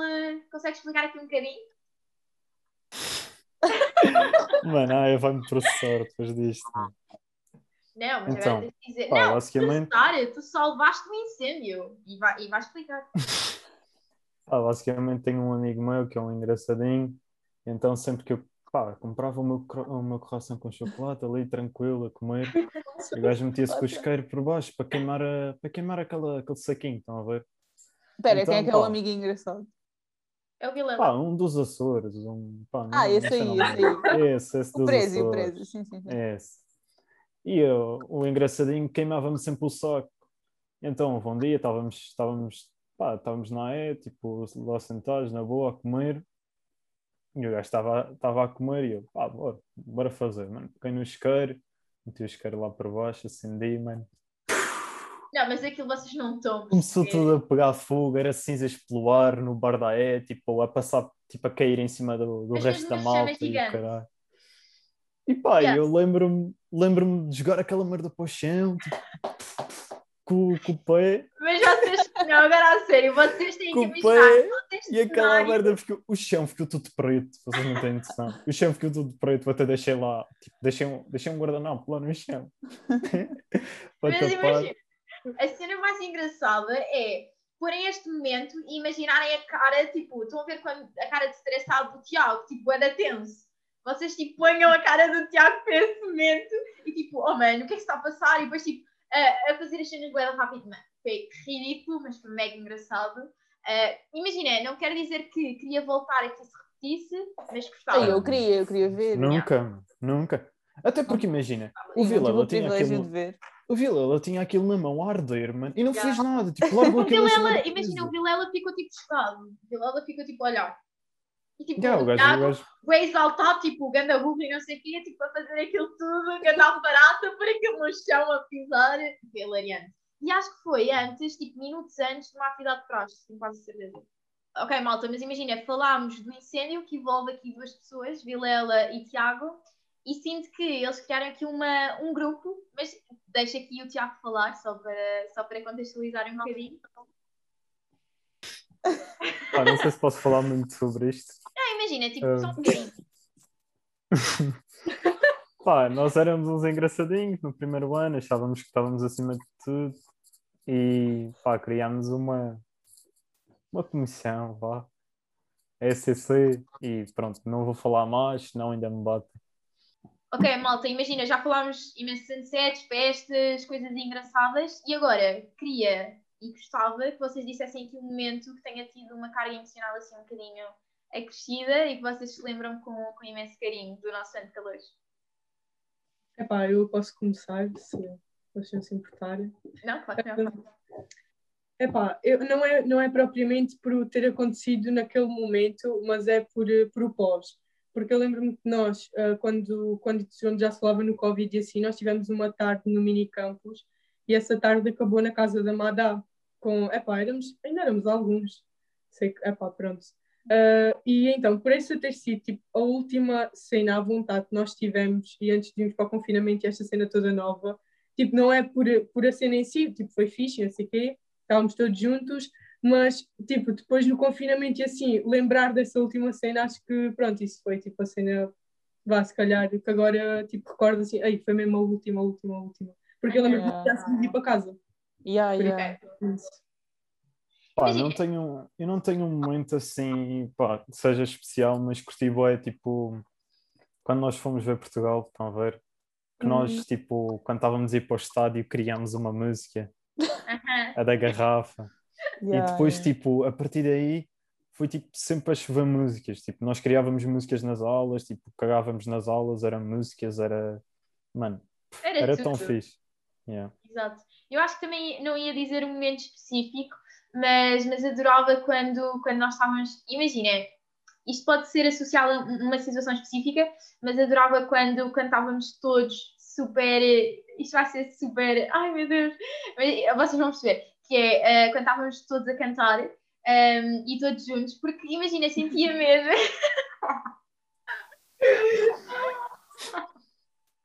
Speaker 2: Consegues explicar aqui um bocadinho?
Speaker 3: Mano, ah, eu vai-me processar depois disto. mano.
Speaker 2: Não, mas
Speaker 3: Então,
Speaker 2: agora tens de dizer.
Speaker 3: pá,
Speaker 2: não,
Speaker 3: basicamente-
Speaker 2: processar, tu salvaste um incêndio. E vai, e vai explicar.
Speaker 3: Pá, basicamente tenho um amigo meu que é um engraçadinho, então sempre que eu pá, comprava uma, uma croissant com chocolate ali tranquilo a comer, e o gajo metia-se com o isqueiro por baixo para queimar, a, para queimar aquela, aquele saquinho, estão a ver?
Speaker 4: Espera, quem é
Speaker 3: Então,
Speaker 4: que é o
Speaker 3: pá. Hum,
Speaker 4: amigo engraçado?
Speaker 2: É o vilão.
Speaker 3: Pá, um dos Açores, um, pá,
Speaker 4: Ah, esse
Speaker 3: sei
Speaker 4: aí,
Speaker 3: não.
Speaker 4: esse aí.
Speaker 3: Esse, esse
Speaker 4: O
Speaker 3: dos
Speaker 4: preso, o
Speaker 3: Açores.
Speaker 4: preso, sim, sim. sim.
Speaker 3: É esse. E eu, o engraçadinho queimava-me sempre o saco. Então, houve um dia estávamos, estávamos, pá, estávamos na E, tipo, lá sentados, na boa, a comer. E o gajo estava, estava a comer e eu, pá, bora, bora fazer, mano. Peguei no isqueiro, meti o isqueiro lá para baixo, acendi, mano.
Speaker 2: Não, mas aquilo vocês não estão. a
Speaker 3: Começou
Speaker 2: perceber.
Speaker 3: tudo a pegar fogo, era cinzas pelo ar no bar da E, tipo, a passar, tipo, a cair em cima do, do
Speaker 2: Mas
Speaker 3: resto da
Speaker 2: mesmo assim nas chamas
Speaker 3: malta e o
Speaker 2: gigantes.
Speaker 3: caralho. E pá,
Speaker 2: Yeah.
Speaker 3: eu lembro-me lembro de jogar aquela merda para o chão, tipo, com, com o pé,
Speaker 2: Mas vocês. Não, agora a sério, vocês têm que
Speaker 3: com o
Speaker 2: imaginar.
Speaker 3: pé,
Speaker 2: vocês
Speaker 3: e aquela
Speaker 2: cenário-
Speaker 3: merda ficou, o chão ficou tudo preto, vocês não têm noção. O chão ficou tudo preto, eu até deixei lá, tipo, deixei um, deixei um guardanapo lá no chão. para
Speaker 2: Mas
Speaker 3: tapar.
Speaker 2: imagina, a cena mais engraçada é porem este momento e imaginarem a cara, tipo, estão a ver quando a cara de estressado do Tiago, tipo, é da tenso. Vocês, tipo, ponham a cara do Tiago para esse momento e, tipo, oh, mano, o que é que está a passar? E depois, tipo, a, a fazer as cenas goela rápido, mano. Foi ridículo, mas foi mega engraçado. Ah, imagina, não quero dizer que queria voltar e que isso repetisse, mas gostava.
Speaker 4: Ai, eu queria, eu queria ver.
Speaker 3: Nunca, mano, nunca. Até porque imagina, o
Speaker 4: Eu tive
Speaker 3: Vilela
Speaker 4: é tipo o
Speaker 3: tinha
Speaker 4: privilégio de
Speaker 3: aquilo,
Speaker 4: ver.
Speaker 3: o Vilela tinha aquilo na mão a arder, mano, e não
Speaker 2: Já.
Speaker 3: fez nada, tipo, largou
Speaker 2: O
Speaker 3: aquilo em cima
Speaker 2: Vilela,
Speaker 3: da
Speaker 2: imagina, o
Speaker 3: mesa.
Speaker 2: Vilela ficou tipo chocado. O Vilela ficou tipo a olhar. E tipo,
Speaker 3: Já, o
Speaker 2: o
Speaker 3: gajo, o
Speaker 2: Tiago,
Speaker 3: gajo-
Speaker 2: bué exaltado, tipo, o ganda burro e não sei o quê, tipo, a fazer aquilo tudo, ganda barata, por aquilo no chão a pisar. Foi hilariante. E acho que foi antes, tipo, minutos antes de uma atividade de praxe, tenho quase certeza. Ok, malta, mas imagina, falámos do incêndio que envolve aqui duas pessoas, Vilela e Tiago, e sinto que eles criaram aqui uma, um grupo, mas deixo aqui o Tiago falar, só para, só para contextualizar um bocadinho.
Speaker 3: Pá, não sei se posso falar muito sobre isto.
Speaker 2: Não, imagina, tipo,
Speaker 3: Ah.
Speaker 2: só um bocadinho.
Speaker 3: Pá, nós éramos uns engraçadinhos no primeiro ano, achávamos que estávamos acima de tudo e pá, criámos uma, uma comissão, vá, SCC, e pronto, não vou falar mais, senão ainda me bate.
Speaker 2: Ok, malta, imagina, já falámos imensos sunsets, festas, coisas engraçadas, e agora queria e gostava que vocês dissessem aqui um momento que tenha tido uma carga emocional assim um bocadinho acrescida e que vocês se lembram com, com imenso carinho do nosso ano de calor.
Speaker 5: Epá, eu posso começar, se vocês não se importarem.
Speaker 2: Não, claro que não.
Speaker 5: Epá, eu, não, é, não é propriamente por ter acontecido naquele momento, mas é por, eh, por o pós. Porque eu lembro-me que nós, ah, quando, quando já se falava no Covid e assim, nós tivemos uma tarde no minicampus e essa tarde acabou na casa da Madá. Com, epá, éramos, ainda éramos alguns. Sei que, epá, pronto. Ah, e então, por isso ter sido tipo, a última cena à vontade que nós tivemos e antes de irmos para o confinamento e esta cena toda nova, tipo, não é por, por a cena em si, tipo, foi fixe, não sei o quê, estávamos todos juntos, mas tipo, depois no confinamento e assim, lembrar dessa última cena, acho que pronto, isso foi tipo a cena, vá, se calhar, que agora tipo recordo assim, ei, foi mesmo a última, a última, a última. Porque eu lembro que já se ir para casa.
Speaker 4: Yeah,
Speaker 5: Por
Speaker 4: yeah.
Speaker 3: Pá,
Speaker 2: Imagina.
Speaker 4: é
Speaker 3: não tenho, eu não tenho um momento assim, pá, que seja especial, mas curti bué, tipo, quando nós fomos ver Portugal, estão a ver? Que
Speaker 4: Uhum.
Speaker 3: nós, tipo, quando estávamos a ir para o estádio, criámos uma música,
Speaker 2: Aham.
Speaker 3: a da garrafa.
Speaker 4: yeah,
Speaker 3: e depois,
Speaker 4: yeah.
Speaker 3: tipo, a partir daí, foi, tipo, sempre a chover músicas. Tipo, nós criávamos músicas nas aulas, tipo, cagávamos nas aulas, eram músicas, era... Mano,
Speaker 4: É
Speaker 2: Era,
Speaker 3: era
Speaker 2: tudo.
Speaker 3: tão fixe. Yeah.
Speaker 2: Exato. Eu acho que também não ia dizer um momento específico, mas, mas adorava quando, quando nós estávamos. Imagina, isto pode ser associado a um- uma situação específica, mas adorava quando cantávamos todos super. eh, Isto vai ser super. Ai meu Deus! Mas, eh, vocês vão perceber, que é eh, quando estávamos todos a cantar ehm, e todos juntos, porque imagina, sentia medo.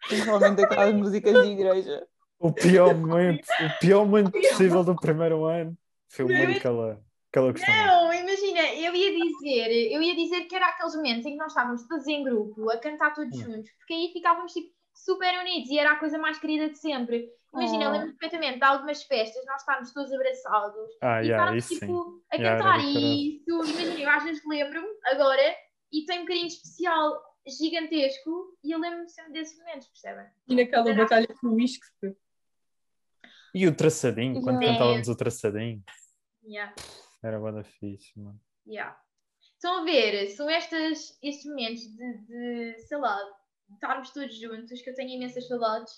Speaker 4: Principalmente aquelas músicas de igreja.
Speaker 3: O pior momento, o pior momento possível do primeiro ano foi o
Speaker 2: Não,
Speaker 3: momento que ela, que ela gostou. mais.
Speaker 2: Não, imagina, eu ia dizer, eu ia dizer que era aqueles momentos em que nós estávamos todos em grupo, a cantar todos
Speaker 3: Hum.
Speaker 2: juntos, porque aí ficávamos tipo, super unidos e era a coisa mais querida de sempre. Imagina, eu
Speaker 4: Oh.
Speaker 2: lembro perfeitamente de algumas festas, nós estávamos todos abraçados
Speaker 3: Ah,
Speaker 2: e
Speaker 3: yeah,
Speaker 2: estávamos
Speaker 3: isso sim.
Speaker 2: tipo a
Speaker 3: Yeah,
Speaker 2: cantar
Speaker 3: era do
Speaker 2: e isso, imagina, eu às vezes lembro-me agora e tem um carinho especial gigantesco e eu lembro-me sempre desses momentos, percebem?
Speaker 5: E naquela batalha com o uísque,
Speaker 3: E o traçadinho, quando
Speaker 2: Yeah.
Speaker 3: cantávamos o traçadinho,
Speaker 2: Yeah.
Speaker 3: era bada fixe, mano.
Speaker 2: Yeah. Estão a ver, são estas, estes momentos de, de, sei lá, de estarmos todos juntos, que eu tenho imensas saudades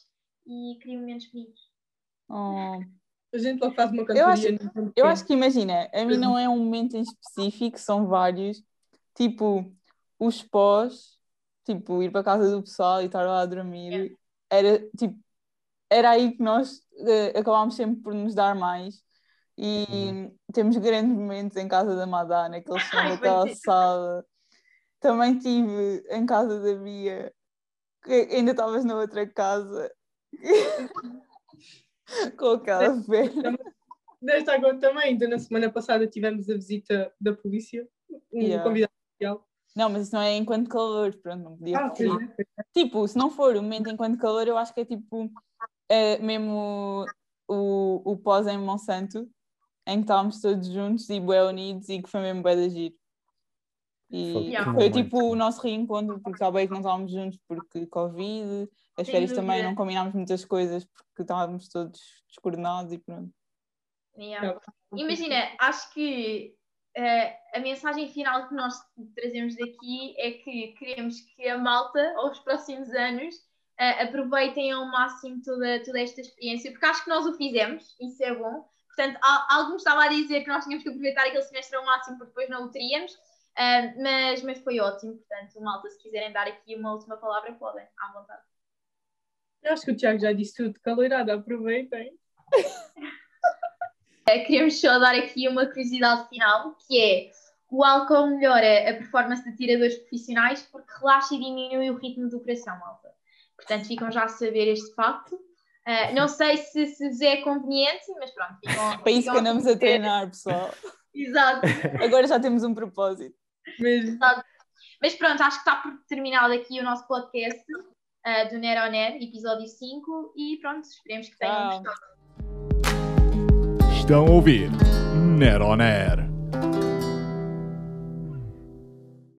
Speaker 2: e crio momentos bonitos.
Speaker 4: Oh.
Speaker 5: a gente logo faz uma cantoria.
Speaker 4: acho-
Speaker 5: no-
Speaker 4: Eu acho que imagina, a mim não é um momento em específico, são vários. Tipo, os pós, tipo, ir para a casa do pessoal e estar lá a dormir, era tipo, era aí que nós eh, acabámos sempre por nos dar mais. E temos grandes momentos em casa da Madá, naquele chão
Speaker 2: Ai,
Speaker 4: daquela
Speaker 2: pois é.
Speaker 4: sala. Também tive em casa da Bia, que ainda estavas na outra casa. Com aquela velha.
Speaker 5: Desta agora também, ainda na semana passada tivemos a visita da polícia, um
Speaker 4: Yeah.
Speaker 5: convidado especial.
Speaker 4: Não, mas isso não é enquanto calor, pronto, não podia
Speaker 5: Ah,
Speaker 4: fazer.
Speaker 5: pois é.
Speaker 4: Tipo, se não for o momento enquanto calor, eu acho que é tipo eh, mesmo o, o pós em Monsanto, em que estávamos todos juntos e bem unidos e que foi mesmo bem de agir. E
Speaker 3: Fuck,
Speaker 2: Yeah.
Speaker 3: que
Speaker 4: foi
Speaker 3: momento.
Speaker 4: tipo o nosso reencontro, porque há bem que não estávamos juntos porque Covid, as
Speaker 2: Sem
Speaker 4: férias também
Speaker 2: dúvida.
Speaker 4: não combinámos muitas coisas porque estávamos todos descoordenados e pronto.
Speaker 2: Yeah. Imagina, acho que eh, a mensagem final que nós trazemos daqui é que queremos que a malta, aos próximos anos, eh, aproveitem ao máximo toda, toda esta experiência, porque acho que nós o fizemos, isso é bom. Portanto, al- algum estava a dizer que nós tínhamos que aproveitar aquele semestre ao máximo, porque depois não o teríamos, eh, mas, mas foi ótimo. Portanto, malta, se quiserem dar aqui uma última palavra, podem, à vontade.
Speaker 5: Eu acho que o Tiago já disse tudo, caloirada, aproveitem.
Speaker 2: Eh, queremos só dar aqui uma curiosidade final, que é o álcool melhora a performance de tiradores profissionais porque relaxa e diminui o ritmo do coração, malta. Portanto, ficam já a saber este facto. Eh, não sei se, se vos é conveniente, mas pronto, ficam.
Speaker 4: Para isso que
Speaker 2: ficam-
Speaker 4: andamos a treinar, pessoal.
Speaker 2: Exato.
Speaker 4: Agora já temos um propósito.
Speaker 5: Mas
Speaker 2: Mas pronto, acho que está por terminado aqui o nosso podcast eh, do Nero Ner, episódio 5, e pronto, esperemos que tenham
Speaker 4: Tchau.
Speaker 2: gostado.
Speaker 1: Estão a ouvir Net on Air.